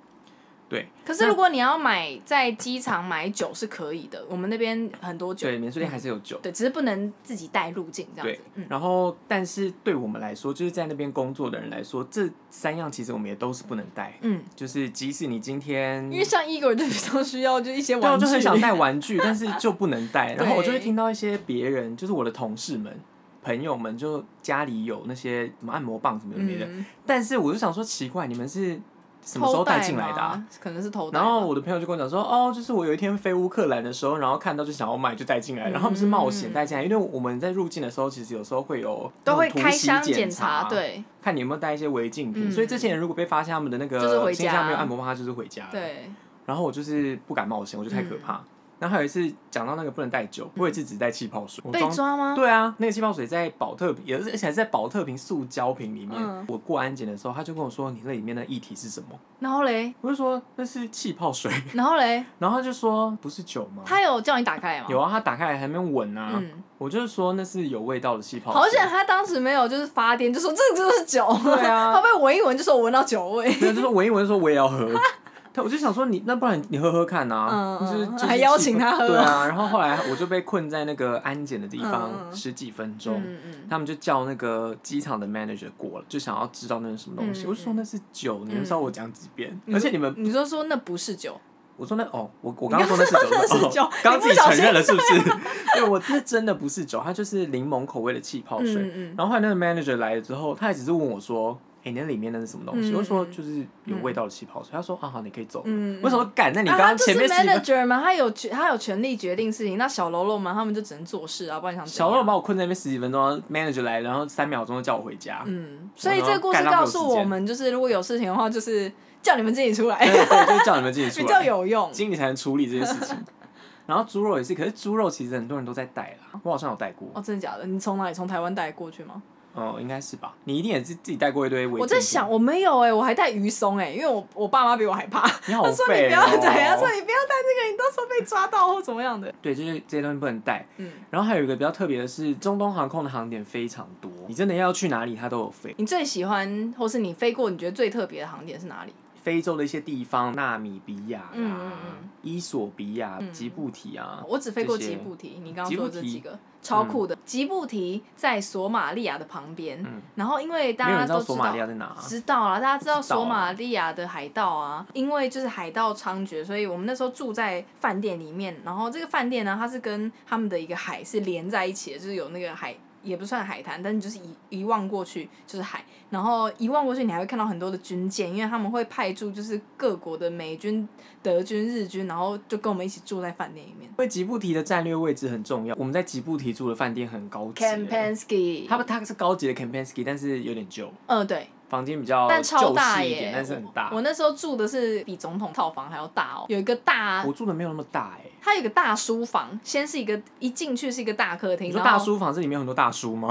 Speaker 2: 对
Speaker 1: 可是如果你要买在机场买酒是可以的，我们那边很多酒，嗯
Speaker 2: 对，免税店还是有酒。
Speaker 1: 对，只是不能自己带入境这样
Speaker 2: 对
Speaker 1: 子。嗯，
Speaker 2: 然后但是对我们来说，就是在那边工作的人来说，这三样其实我们也都是不能带。
Speaker 1: 嗯，
Speaker 2: 就是即使你今天，
Speaker 1: 因为像 Igor 就比较需要就一些
Speaker 2: 嗯对
Speaker 1: 玩
Speaker 2: 啊，我
Speaker 1: 具，
Speaker 2: 就很想带玩具， 但是就不 能带。然后我就会
Speaker 1: 对
Speaker 2: 听到一些别人，就是我的同事们、朋友们，就家里有那些什么按摩棒什么有的没的，
Speaker 1: 嗯，
Speaker 2: 但是我就想说奇怪，你们是什么时
Speaker 1: 偷
Speaker 2: 候
Speaker 1: 带
Speaker 2: 带进来的、啊？
Speaker 1: 吗？可能是偷带吧。
Speaker 2: 然后我的朋友就跟我讲说，哦，就是我有一天飞乌克兰的时候，然后看到就想要买，就带进
Speaker 1: 嗯
Speaker 2: 来。然后他们是冒险带进来，因为我们在入境的时候，其实有时候会有呃
Speaker 1: 都会
Speaker 2: 那种
Speaker 1: 开
Speaker 2: 突袭
Speaker 1: 箱
Speaker 2: 检
Speaker 1: 查，，对
Speaker 2: 看你有没有带一些违禁品。
Speaker 1: 嗯
Speaker 2: 所以这些人如果被发现他们的那
Speaker 1: 就是
Speaker 2: 个
Speaker 1: 回
Speaker 2: 新
Speaker 1: 家
Speaker 2: 疆没有按摩棒，他就是回家。。
Speaker 1: 对，
Speaker 2: 然后我就是不敢冒险，我觉得太可怕。
Speaker 1: 嗯
Speaker 2: 然后还有一次讲到那个不能带酒，我有一次只带气泡水，我
Speaker 1: 被
Speaker 2: 装
Speaker 1: 抓吗？
Speaker 2: 对啊，那个气泡水在保特瓶，也是而且还是在保特瓶塑胶瓶里面。
Speaker 1: 嗯
Speaker 2: 我过安检的时候，他就跟我说：“你那里面的液体是什么
Speaker 1: 然后嘞，？”
Speaker 2: 我就说：“那是气泡水。
Speaker 1: 然后嘞，”
Speaker 2: 然后他就说：“不是酒吗
Speaker 1: 他有叫你打开吗？？”
Speaker 2: 有啊，他打开来还没闻啊。
Speaker 1: 嗯，
Speaker 2: 我就是说那是有味道的气泡水。
Speaker 1: 好险他当时没有就是发癫，就说这个就是酒，
Speaker 2: 对 啊
Speaker 1: 他被闻一闻就说我闻到酒 味，
Speaker 2: 没有，就说闻一闻，说我也 要喝。他我就想说你那不然你喝喝看啊，
Speaker 1: 嗯
Speaker 2: 就是
Speaker 1: 嗯
Speaker 2: 就是
Speaker 1: 还邀请他喝
Speaker 2: 对啊。然后后来我就被困在那个安检的地
Speaker 1: 嗯
Speaker 2: 方
Speaker 1: 嗯
Speaker 2: 十几分钟，
Speaker 1: 嗯嗯，
Speaker 2: 他们就叫那个机场的 manager 过了，就想要知道那是什么东西。
Speaker 1: 嗯
Speaker 2: 我就说那是酒，你们知道我讲几遍？而且你们，
Speaker 1: 你就说那不是酒，
Speaker 2: 我说那哦，我我刚刚说那是酒，
Speaker 1: 刚刚说那是
Speaker 2: 哦
Speaker 1: 酒
Speaker 2: 刚刚
Speaker 1: 你
Speaker 2: 自己
Speaker 1: 不小
Speaker 2: 承
Speaker 1: 心
Speaker 2: 认了是不是？ 对，我那真的不是酒，它就是柠檬口味的气泡水。
Speaker 1: 嗯嗯嗯，
Speaker 2: 然后后来那个 manager 来了之后，他也只是问我说：“哎、那里面那是什么东西？”
Speaker 1: 嗯
Speaker 2: 我就说：“就是有味道的气泡水。他说：“啊，好，你可以走。
Speaker 1: 嗯嗯
Speaker 2: 为什么敢？那你
Speaker 1: 啊
Speaker 2: 刚
Speaker 1: 他
Speaker 2: 刚
Speaker 1: 就是
Speaker 2: 前面十几分
Speaker 1: manager 嘛，他有权，他有权利决定事情。那小喽啰们，他们就只能做事啊，不然想怎
Speaker 2: 小
Speaker 1: 样
Speaker 2: 肉把我困在那边十几分钟然后，manager 来，然后三秒钟就叫我回家。
Speaker 1: 嗯，所以这个故事告诉我们，就是如果有事情的话，就是叫你们自己出来，
Speaker 2: 对对，就是叫你们自己出
Speaker 1: 比
Speaker 2: 来，
Speaker 1: 较有用。
Speaker 2: 经理才能处理这些事情。然后猪肉也是，可是猪肉其实很多人都在带啦，我好像有带过，
Speaker 1: 哦，真的假的？你从哪里从台湾带过去吗？
Speaker 2: 哦、应该是吧？你一定也是自己带过一堆违禁品。
Speaker 1: 我在想，，我没有哎、我还带鱼松哎、因为我我爸妈比我还怕。
Speaker 2: 你好
Speaker 1: 他说你
Speaker 2: 废
Speaker 1: 不要
Speaker 2: 哦
Speaker 1: 对，他说你不要带这个，你到时候被抓到或怎么样的。
Speaker 2: 对，就是这些东西不能带。
Speaker 1: 嗯，
Speaker 2: 然后还有一个比较特别的是，中东航空的航点非常多，你真的要去哪里它都有飞。
Speaker 1: 你最喜欢或是你飞过你觉得最特别的航点是哪里？
Speaker 2: 非洲的一些地方，纳米比亚啦、
Speaker 1: 嗯嗯嗯
Speaker 2: 伊索比亚、吉布提啊，
Speaker 1: 我只飞过
Speaker 2: 这些
Speaker 1: 吉布提，你刚刚说的这几
Speaker 2: 吉
Speaker 1: 个超酷的。吉布提在索马利亚的旁边，
Speaker 2: 嗯
Speaker 1: 然后因为大
Speaker 2: 没有
Speaker 1: 家
Speaker 2: 人知道
Speaker 1: 都
Speaker 2: 索
Speaker 1: 知
Speaker 2: 马
Speaker 1: 道
Speaker 2: 利。亚在哪、啊。
Speaker 1: 知道啊，大家知道
Speaker 2: 知道啊
Speaker 1: 索马利亚的海盗啊，因为就是海盗猖獗，所以我们那时候住在饭店里面，然后这个饭店呢，它是跟他们的一个海是连在一起的，就是有那个海。也不算海滩，但你就是一一望过去就是海，然后一望过去你还会看到很多的军舰，因为他们会派驻就是各国的美军、德军、日军，然后就跟我们一起住在饭店里面。
Speaker 2: 因为吉布提的战略位置很重要，我们在吉布提住的饭店很高级、欸，
Speaker 1: Campensky，
Speaker 2: 它它是高级的 Campensky，但是有点旧，
Speaker 1: 嗯对，
Speaker 2: 房间比较
Speaker 1: 但超
Speaker 2: 旧
Speaker 1: 大
Speaker 2: 式一
Speaker 1: 耶
Speaker 2: 点，但是很大
Speaker 1: 我。我。那时候住的是比总统套房还要大哦，有一个大
Speaker 2: 我住的没有那么大哎、
Speaker 1: 它有个大书房，先是一个一进去是一个大客厅，
Speaker 2: 你说
Speaker 1: 然
Speaker 2: 大
Speaker 1: 后
Speaker 2: 叔房这里面有很多大 叔吗？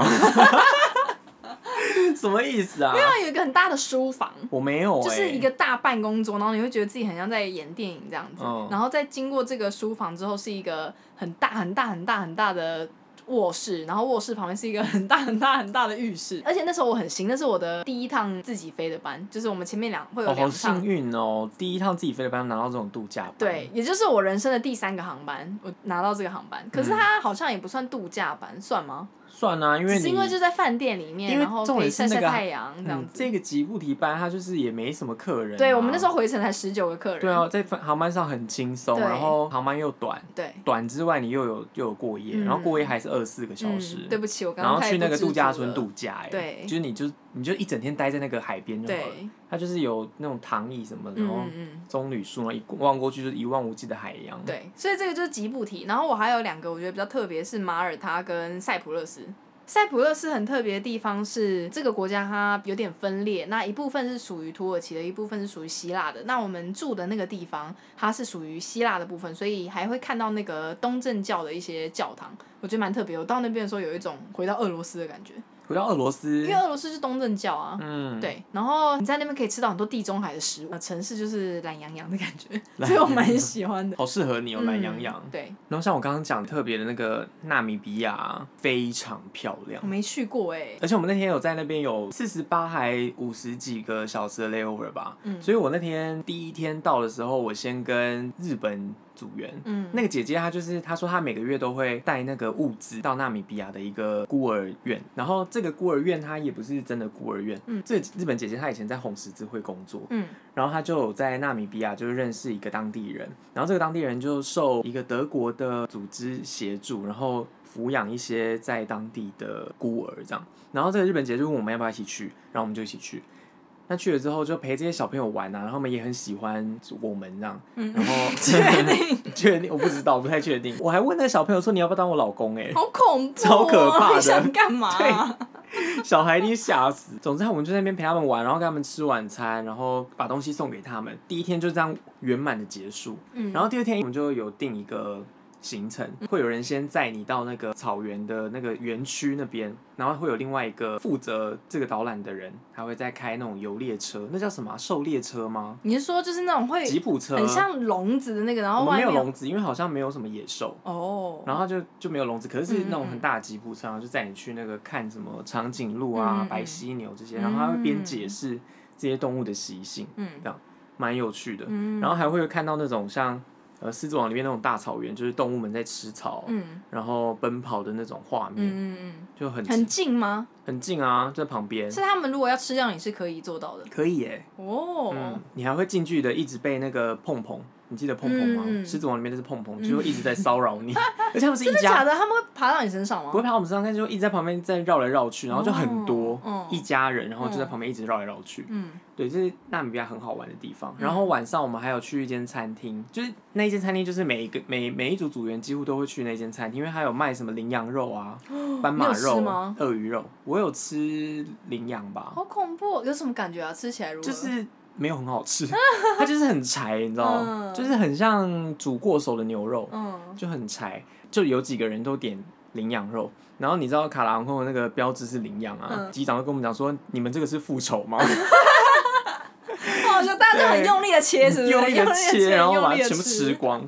Speaker 2: 什么意思啊？
Speaker 1: 它有一个很大的书房，
Speaker 2: 我没有、欸，
Speaker 1: 就是一个大办公桌，然后你会觉得自己很像在演电影这样子。
Speaker 2: 嗯
Speaker 1: 然后再经过这个书房之后，是一个很大很大很大很大的。卧室，然后卧室旁边是一个很大很大很大的浴 室，而且那时候我很新，那是我的第一趟自己飞的班，就是我们前面两会有
Speaker 2: 哦，好
Speaker 1: 两趟
Speaker 2: 幸运嗯哦！第一趟自己飞的班拿到这种度假班，
Speaker 1: 对，，也就是我人生的第三个航班，我拿到这个航班。可是它好像也不算度假班，算吗？
Speaker 2: 算啊，因为
Speaker 1: 只
Speaker 2: 你
Speaker 1: 是因为就在饭店里面，
Speaker 2: 因为
Speaker 1: 然后
Speaker 2: 重
Speaker 1: 可以
Speaker 2: 点是
Speaker 1: 晒
Speaker 2: 那
Speaker 1: 晒
Speaker 2: 个
Speaker 1: 太阳这样
Speaker 2: 嗯
Speaker 1: 子。
Speaker 2: 这个吉布提班它就是也没什么客人、啊
Speaker 1: 对我们那时候。回程才十九个客人。
Speaker 2: 对啊，在航班上很轻松，
Speaker 1: 对
Speaker 2: 然后航班又短，
Speaker 1: 对，
Speaker 2: 短之外你又有又有过夜，
Speaker 1: 嗯
Speaker 2: 然后过夜还是二十四个小时
Speaker 1: 嗯，，对不起，我刚
Speaker 2: 然
Speaker 1: 刚
Speaker 2: 后
Speaker 1: 太
Speaker 2: 去那
Speaker 1: 不
Speaker 2: 个
Speaker 1: 知
Speaker 2: 度假
Speaker 1: 足了
Speaker 2: 村度假，哎
Speaker 1: 对
Speaker 2: 就是你就你就一整天待在那个海边就好了，
Speaker 1: 对，
Speaker 2: 它就是有那种躺椅什么，然后
Speaker 1: 嗯嗯嗯，
Speaker 2: 棕榈树，然后一望过去就是一望无际的海洋，，
Speaker 1: 对，所以这个就是吉布提。然后我还有两个我觉得比较特别是马耳他跟塞浦路斯。塞浦路斯很特别的地方是，这个国家它有点分裂，那一部分是属于土耳其的，一部分是属于希腊的。那我们住的那个地方，它是属于希腊的部分，所以还会看到那个东正教的一些教堂，我觉得蛮特别。我到那边的时候，有一种回到俄罗斯的感觉。
Speaker 2: 回到俄罗斯
Speaker 1: 因为，俄罗斯是东正教啊。
Speaker 2: 嗯，，
Speaker 1: 对，然后你在那边可以吃到很多地中海的食物，呃、城市就是懒洋洋的感觉，
Speaker 2: 懒
Speaker 1: 所以我
Speaker 2: 洋
Speaker 1: 蛮
Speaker 2: 洋
Speaker 1: 喜欢的。
Speaker 2: 好适合你哦，懒洋
Speaker 1: 嗯
Speaker 2: 洋。
Speaker 1: 对，
Speaker 2: 然后像我刚刚讲特别的那个纳米比亚，非常漂亮
Speaker 1: 我。没去过哎、欸。
Speaker 2: 而且我们那天有在那边有四十八还五十几个小时的 layover 吧，
Speaker 1: 嗯
Speaker 2: 所以我那天第一天到的时候，我先跟日本组员，
Speaker 1: 嗯，
Speaker 2: 那个姐姐她就是她说她每个月都会带那个物资到纳米比亚的一个孤儿院，然后这个孤儿院她也不是真的孤儿院，
Speaker 1: 嗯
Speaker 2: 这个日本姐姐她以前在红十字会工作，
Speaker 1: 嗯
Speaker 2: 然后她就有在纳米比亚就是认识一个当地人，然后这个当地人就受一个德国的组织协助，然后抚养一些在当地的孤儿这样，然后这个日本姐就问我们要不要一起去，然后我们就一起去。那去了之后就陪这些小朋友玩啊，然后他们也很喜欢我们这样，
Speaker 1: 嗯，
Speaker 2: 然后
Speaker 1: 确定，
Speaker 2: 确定我不知道，不太确定。我还问那个小朋友说你要不要当我老公、欸？
Speaker 1: 好恐怖、哦，
Speaker 2: 超可怕的
Speaker 1: 你想干嘛、啊？
Speaker 2: 小孩一定吓死。总之，我们就在那边陪他们玩，然后跟他们吃晚餐，然后把东西送给他们。第一天就这样圆满的结束。
Speaker 1: 嗯，
Speaker 2: 然后第二天我们就有定一个行程，会有人先载你到那个草原的那个园区那边，然后会有另外一个负责这个导览的人，他会再开那种游猎车，那叫什么啊、狩猎车吗？
Speaker 1: 你是说就是那种会
Speaker 2: 吉普车？
Speaker 1: 很像笼子的那个，然后
Speaker 2: 我们
Speaker 1: 外
Speaker 2: 没
Speaker 1: 面
Speaker 2: 有笼子，因为好像没有什么野兽。
Speaker 1: 哦，
Speaker 2: 然后就就没有笼子，可是是那种
Speaker 1: 嗯嗯嗯
Speaker 2: 很大的吉普车，然后就载你去那个看什么长颈鹿啊、
Speaker 1: 嗯嗯嗯
Speaker 2: 白犀牛这些，然后他会边解
Speaker 1: 嗯
Speaker 2: 释这些动物的习性，
Speaker 1: 嗯
Speaker 2: 蛮有趣的。
Speaker 1: 嗯，
Speaker 2: 然后还会看到那种像呃《狮子王》里面那种大草原，就是动物们在吃草，
Speaker 1: 嗯
Speaker 2: 然后奔跑的那种画
Speaker 1: 嗯
Speaker 2: 面，
Speaker 1: 嗯
Speaker 2: 就很
Speaker 1: 嗯，很近吗？
Speaker 2: 很近啊，在旁边
Speaker 1: 是他们如果要吃掉你是可以做到的
Speaker 2: 可以耶、
Speaker 1: 哦，
Speaker 2: 嗯，你还会近距离的一直被那个碰碰。你记得碰碰吗？
Speaker 1: 嗯嗯
Speaker 2: 狮子王》里面那是碰碰，就会一直在骚扰 你，而且他们是一
Speaker 1: 真的
Speaker 2: 家
Speaker 1: 假的？他们会爬到你身上吗
Speaker 2: 不？会爬到我们身上，但就一直在旁边在绕来绕去，然后就很多、
Speaker 1: 哦哦
Speaker 2: 一家人，然后就在旁边一直绕来绕去。
Speaker 1: 嗯
Speaker 2: 对，这是纳米比亚很好玩的地方。然后晚上我们还有去一间餐厅，就是那一间餐厅，就是每一个每每一组组员几乎都会去那间餐厅，因为它有卖什么羚羊肉啊、斑马
Speaker 1: 哦你有
Speaker 2: 肉
Speaker 1: 吃吗、
Speaker 2: 鳄鱼肉。我有吃羚羊吧，
Speaker 1: 好恐怖，有什么感觉啊？吃起来如何？
Speaker 2: 就是没有很好吃，它就是很柴，你知道吗？
Speaker 1: 嗯
Speaker 2: 就是很像煮过熟的牛肉。
Speaker 1: 嗯，
Speaker 2: 就很柴，就有几个人都点羚羊肉，然后你知道卡拉航空的那个标志是羚羊啊，
Speaker 1: 嗯
Speaker 2: 机长就跟我们讲说，你们这个是复仇 吗？
Speaker 1: 哦，就大家就很用力的切，是不是？
Speaker 2: 用力的切，然后
Speaker 1: 用
Speaker 2: 把它
Speaker 1: 力地
Speaker 2: 全部吃。光。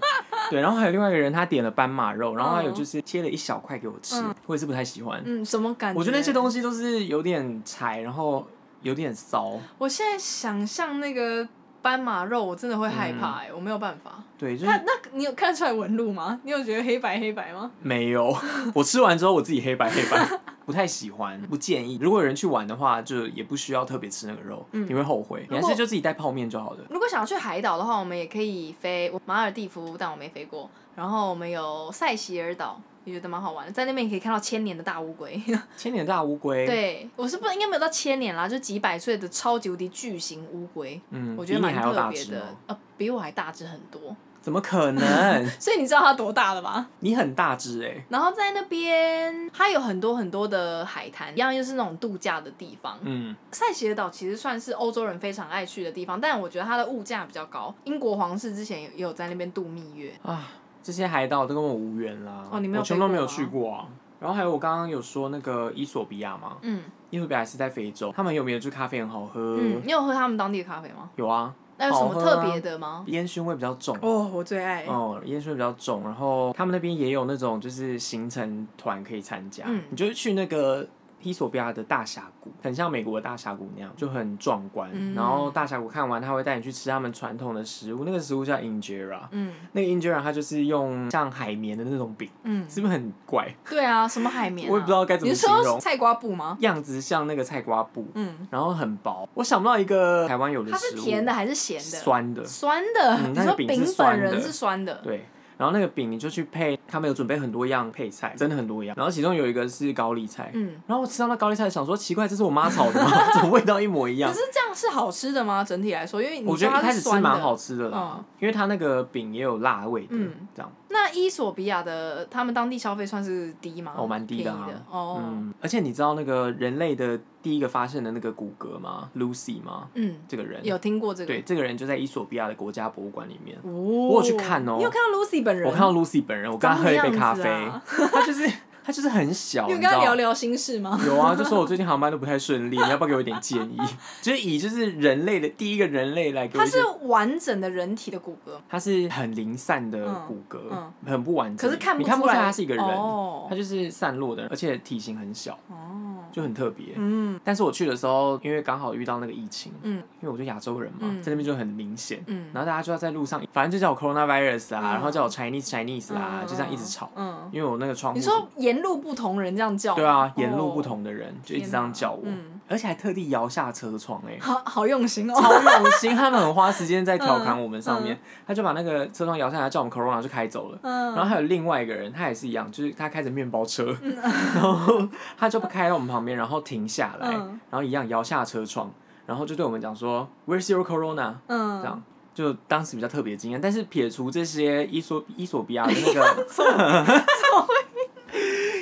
Speaker 2: 对，然后还有另外一个人，他点了斑马肉，然后还有
Speaker 1: 嗯
Speaker 2: 就是切了一小块给我吃，
Speaker 1: 嗯
Speaker 2: 我也是不太喜欢。
Speaker 1: 嗯，什么感觉？
Speaker 2: 我觉得那些东西都是有点柴，然后有点骚。
Speaker 1: 我现在想象那个斑马肉，我真的会
Speaker 2: 嗯
Speaker 1: 害怕、欸，我没有办法。
Speaker 2: 对，就是
Speaker 1: 那那你有看出来纹路吗？你有觉得黑白黑白吗？
Speaker 2: 没有， 我吃完之后我自己黑白黑白，不太喜欢，不建议。如果有人去玩的话，就也不需要特别吃那个肉，
Speaker 1: 嗯
Speaker 2: 你会后悔。你
Speaker 1: 如果
Speaker 2: 还是就自己带泡面就好了。
Speaker 1: 如果想要去海岛的话，我们也可以飞我马尔蒂夫，但我没飞过。然后我们有塞西尔岛，也觉得蛮好玩的，在那边也可以看到千年的大乌龟。
Speaker 2: 千年大乌龟，，
Speaker 1: 对，我是不应该没有到千年啦，就几百岁的超级无敌巨型乌龟，
Speaker 2: 嗯，
Speaker 1: 我觉得
Speaker 2: 比你
Speaker 1: 蛮
Speaker 2: 还要
Speaker 1: 特
Speaker 2: 大
Speaker 1: 别
Speaker 2: 只哦
Speaker 1: 的
Speaker 2: 吗？。
Speaker 1: 呃，比我还大只很多，
Speaker 2: 怎么可能？
Speaker 1: 所以你知道它多大了吧？
Speaker 2: 你很大只哎、
Speaker 1: 然后在那边，它有很多很多的海滩，一样又是那种度假的地方。
Speaker 2: 嗯，
Speaker 1: 塞西尔岛其实算是欧洲人非常爱去的地方，但我觉得它的物价比较高。英国皇室之前也有在那边度蜜月，
Speaker 2: 啊，这些海岛都跟我无缘啦。
Speaker 1: 哦你没有
Speaker 2: 我全
Speaker 1: 飞
Speaker 2: 都
Speaker 1: 过
Speaker 2: 没有
Speaker 1: 吗
Speaker 2: 去过啊。然后还有我刚刚有说那个伊索比亚嘛，
Speaker 1: 嗯
Speaker 2: 伊索比亚是在非洲，他们很有名的就是咖啡很好喝，
Speaker 1: 嗯，你有喝他们当地的咖啡吗？
Speaker 2: 有啊，
Speaker 1: 那有什么
Speaker 2: 好喝啊
Speaker 1: 特别的吗？
Speaker 2: 烟熏味比较重。
Speaker 1: 哦，我最爱
Speaker 2: 哦，烟熏比较重，然后他们那边也有那种就是行程团可以参加，
Speaker 1: 嗯
Speaker 2: 你就是去那个伊索比亚的大峡谷，很像美国的大峡谷那样，就很壮观。
Speaker 1: 嗯
Speaker 2: 然后大峡谷看完，他会带你去吃他们传统的食物，那个食物叫 injera，
Speaker 1: 嗯
Speaker 2: 那个 injera 它就是用像海绵的那种饼，
Speaker 1: 嗯，
Speaker 2: 是不是很怪？
Speaker 1: 对啊，什么海绵、啊？
Speaker 2: 我也不知道该怎么
Speaker 1: 你
Speaker 2: 形容
Speaker 1: 说菜瓜布吗？
Speaker 2: 样子像那个菜瓜布，
Speaker 1: 嗯，
Speaker 2: 然后很薄。我想不到一个台湾有的食
Speaker 1: 它
Speaker 2: 物，
Speaker 1: 是甜的还是咸的？
Speaker 2: 酸的，
Speaker 1: 酸的。
Speaker 2: 嗯
Speaker 1: 你
Speaker 2: 它的
Speaker 1: 说
Speaker 2: 饼
Speaker 1: 饼
Speaker 2: 是酸
Speaker 1: 本
Speaker 2: 的
Speaker 1: 人是酸的，
Speaker 2: 对，然后那个饼你就去配，他们有准备很多样配菜，真的很多样。然后其中有一个是高丽菜，
Speaker 1: 嗯。
Speaker 2: 然后我吃到那高丽菜，想说奇怪，这是我妈炒 的吗？怎么味道一模一样
Speaker 1: 可是？这样是好吃的吗？整体来说，因为你
Speaker 2: 我觉
Speaker 1: 说
Speaker 2: 得一
Speaker 1: 它
Speaker 2: 开
Speaker 1: 是
Speaker 2: 始吃
Speaker 1: 酸的
Speaker 2: 蛮好。吃的啦，
Speaker 1: 嗯
Speaker 2: 因为它那个饼也有辣味的，
Speaker 1: 嗯
Speaker 2: 这样，
Speaker 1: 那伊索比亚的他们当地消费算是低吗？
Speaker 2: 哦蛮低
Speaker 1: 低
Speaker 2: 的
Speaker 1: 的
Speaker 2: 啊
Speaker 1: 哦。嗯
Speaker 2: 嗯。而且你知道那个人类的第一个发现的那个骨骼吗？Lucy 吗？这个人
Speaker 1: 嗯有听过这个？
Speaker 2: 对，这个人就在伊索比亚的国家博物馆里面。
Speaker 1: 哦，
Speaker 2: 我有去看哦
Speaker 1: 你有看到 Lucy 本人？
Speaker 2: 我看到 Lucy 本人，我跟她喝一杯咖
Speaker 1: 长什
Speaker 2: 啡
Speaker 1: 么样，
Speaker 2: 她就是他就是很小，
Speaker 1: 啊你有
Speaker 2: 你
Speaker 1: 跟
Speaker 2: 知
Speaker 1: 他
Speaker 2: 道
Speaker 1: 聊聊心事吗？
Speaker 2: 有啊，就说我最近航班都不太顺利，你要不要给我一点建议？就是以就是人类的第一个人类来给我
Speaker 1: 它
Speaker 2: 一些
Speaker 1: 是完整的人体的骨骼，
Speaker 2: 它是很零散的骨骼，
Speaker 1: 嗯
Speaker 2: 很不完整。
Speaker 1: 可是看不
Speaker 2: 你看不出
Speaker 1: 出
Speaker 2: 来
Speaker 1: 来
Speaker 2: 他是一个人，
Speaker 1: 哦
Speaker 2: 他就是散落的，而且体型很小，
Speaker 1: 哦，
Speaker 2: 就很特别。
Speaker 1: 嗯
Speaker 2: 但是我去的时候，因为刚好遇到那个疫情，
Speaker 1: 嗯
Speaker 2: 因为我就亚洲人嘛，
Speaker 1: 嗯
Speaker 2: 在那边就很明显。
Speaker 1: 嗯，
Speaker 2: 然后大家就要在路上，反正就叫我 coronavirus 啊，
Speaker 1: 嗯
Speaker 2: 然后叫我 Chinese Chinese 啊，就这样一直吵。
Speaker 1: 嗯，嗯
Speaker 2: 因为我那个窗户
Speaker 1: 你
Speaker 2: 是，
Speaker 1: 说沿路不同人这样叫吗，
Speaker 2: 对啊，沿路
Speaker 1: 哦
Speaker 2: 不，同的人就一直
Speaker 1: 天
Speaker 2: 这
Speaker 1: 哪
Speaker 2: 样叫我，
Speaker 1: 嗯
Speaker 2: 而且还特地摇下车窗哎、欸
Speaker 1: 好好用心哦，
Speaker 2: 超用心，他们很花时间在调侃我们上面，
Speaker 1: 嗯
Speaker 2: 他就把那个车窗摇下来，叫我们 corona 就开走了。
Speaker 1: 嗯，
Speaker 2: 然后还有另外一个人，他也是一样，就是他开着面包车，
Speaker 1: 嗯
Speaker 2: 然后他就开到我们旁边，然后停下来，
Speaker 1: 嗯
Speaker 2: 然后一样摇下车窗，然后就对我们讲说 Where's your corona？
Speaker 1: 嗯，
Speaker 2: 这样就当时比较特别惊艳。但是撇除这些伊索伊索比亚的 那个，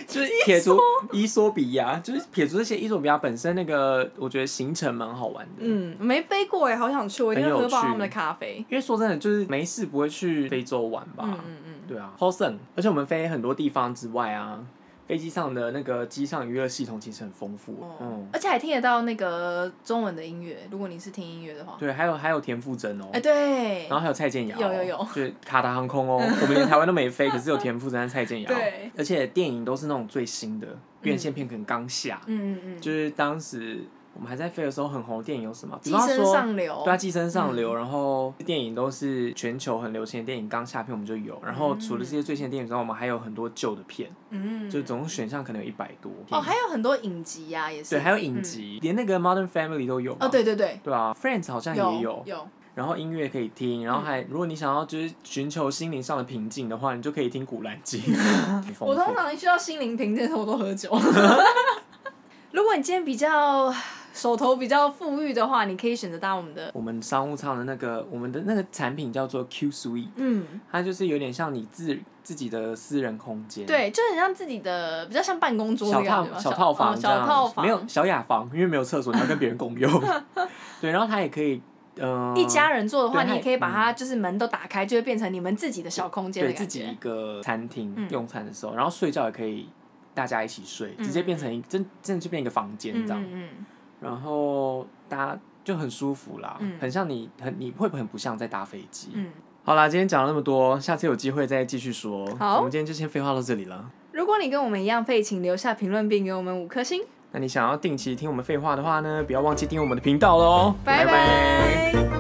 Speaker 2: 就是撇除伊索比亚，就是撇除这些伊索比亚本身那个，我觉得行程蛮好玩的。
Speaker 1: 嗯，没背过哎，好想去，我一定
Speaker 2: 很
Speaker 1: 要
Speaker 2: 有
Speaker 1: 喝爆
Speaker 2: 趣
Speaker 1: 他们的咖啡。
Speaker 2: 因为说真的，就是没事不会去非洲玩吧？
Speaker 1: 嗯嗯嗯，
Speaker 2: 对啊 h o s o n 而且我们飞很多地方之外啊，飞机上的那个机上娱乐系统其实很丰富。
Speaker 1: 哦
Speaker 2: 嗯，
Speaker 1: 而且还听得到那个中文的音乐，如果你是听音乐的话，
Speaker 2: 对，还有还有田馥甄哦。
Speaker 1: 哎对
Speaker 2: 然，后还有蔡健雅、哦，
Speaker 1: 有有有
Speaker 2: 就是卡达航空哦，我们连台湾都没飞，可是有田馥甄、蔡健雅、哦，
Speaker 1: 对，
Speaker 2: 而且电影都是那种最新的，院线片可能刚下，
Speaker 1: 嗯嗯嗯，
Speaker 2: 就是当时我们还在飞的时候很红的电影有什么？比
Speaker 1: 寄
Speaker 2: 方
Speaker 1: 生
Speaker 2: 说，
Speaker 1: 上流，嗯
Speaker 2: 对啊，寄生上流，然后电影都是全球很流行的电影，刚下片我们就有。然后除了这些最新的电影之外，我们还有很多旧的片，
Speaker 1: 嗯，
Speaker 2: 就总共选项可能有一百多。
Speaker 1: 哦，还有很多影集呀，也是，嗯
Speaker 2: 对，还有影集，连那个 Modern Family 都有。
Speaker 1: 哦，。对对对，
Speaker 2: 对啊，Friends 好像也
Speaker 1: 有有，
Speaker 2: 然后音乐可以听，
Speaker 1: 嗯
Speaker 2: 然后还如果你想要就是寻求心灵上的平静的话，你就可以听《古兰 经》很丰富。
Speaker 1: 我通常需要心灵平静的时候，我都喝 酒。如果你今天比较手头比较富裕的话，你可以选择搭我们的，
Speaker 2: 我们商务舱的那个我们的那个产品叫做 Q Suite，
Speaker 1: 嗯，
Speaker 2: 它就是有点像你自自己的私人空间。
Speaker 1: 对，就很像自己的，比较像办公桌
Speaker 2: 小
Speaker 1: 的感
Speaker 2: 套
Speaker 1: 觉吧，
Speaker 2: 小套
Speaker 1: 哦
Speaker 2: 房这
Speaker 1: 小
Speaker 2: 样，
Speaker 1: 套房，
Speaker 2: 没有小雅房，因为没有厕所，你要跟别人共 用。对，然后它也可以，嗯、
Speaker 1: 一家人做的话，
Speaker 2: 对
Speaker 1: 你也可以把
Speaker 2: 嗯
Speaker 1: 它就是门都打开，就会变成你们自己的小空间的
Speaker 2: 对
Speaker 1: 感
Speaker 2: 自己一
Speaker 1: 觉。
Speaker 2: 个餐厅、
Speaker 1: 嗯
Speaker 2: 用餐的时候，然后睡觉也可以大家一起睡，
Speaker 1: 嗯
Speaker 2: 直接变成一真真的就变一个房间
Speaker 1: 嗯
Speaker 2: 这样，
Speaker 1: 嗯
Speaker 2: 然后大家就很舒服啦，
Speaker 1: 嗯
Speaker 2: 很像你很你会不会很不像在搭飞机？
Speaker 1: 嗯。
Speaker 2: 好啦，今天讲了那么多，下次有机会再继续说。
Speaker 1: 好
Speaker 2: 我们今天就先废话到这里了。
Speaker 1: 如果你跟我们一样废，请留下评论并给我们五颗星。
Speaker 2: 那你想要定期听我们废话的话呢，不要忘记订阅我们的频道喽。
Speaker 1: 拜
Speaker 2: 拜
Speaker 1: 拜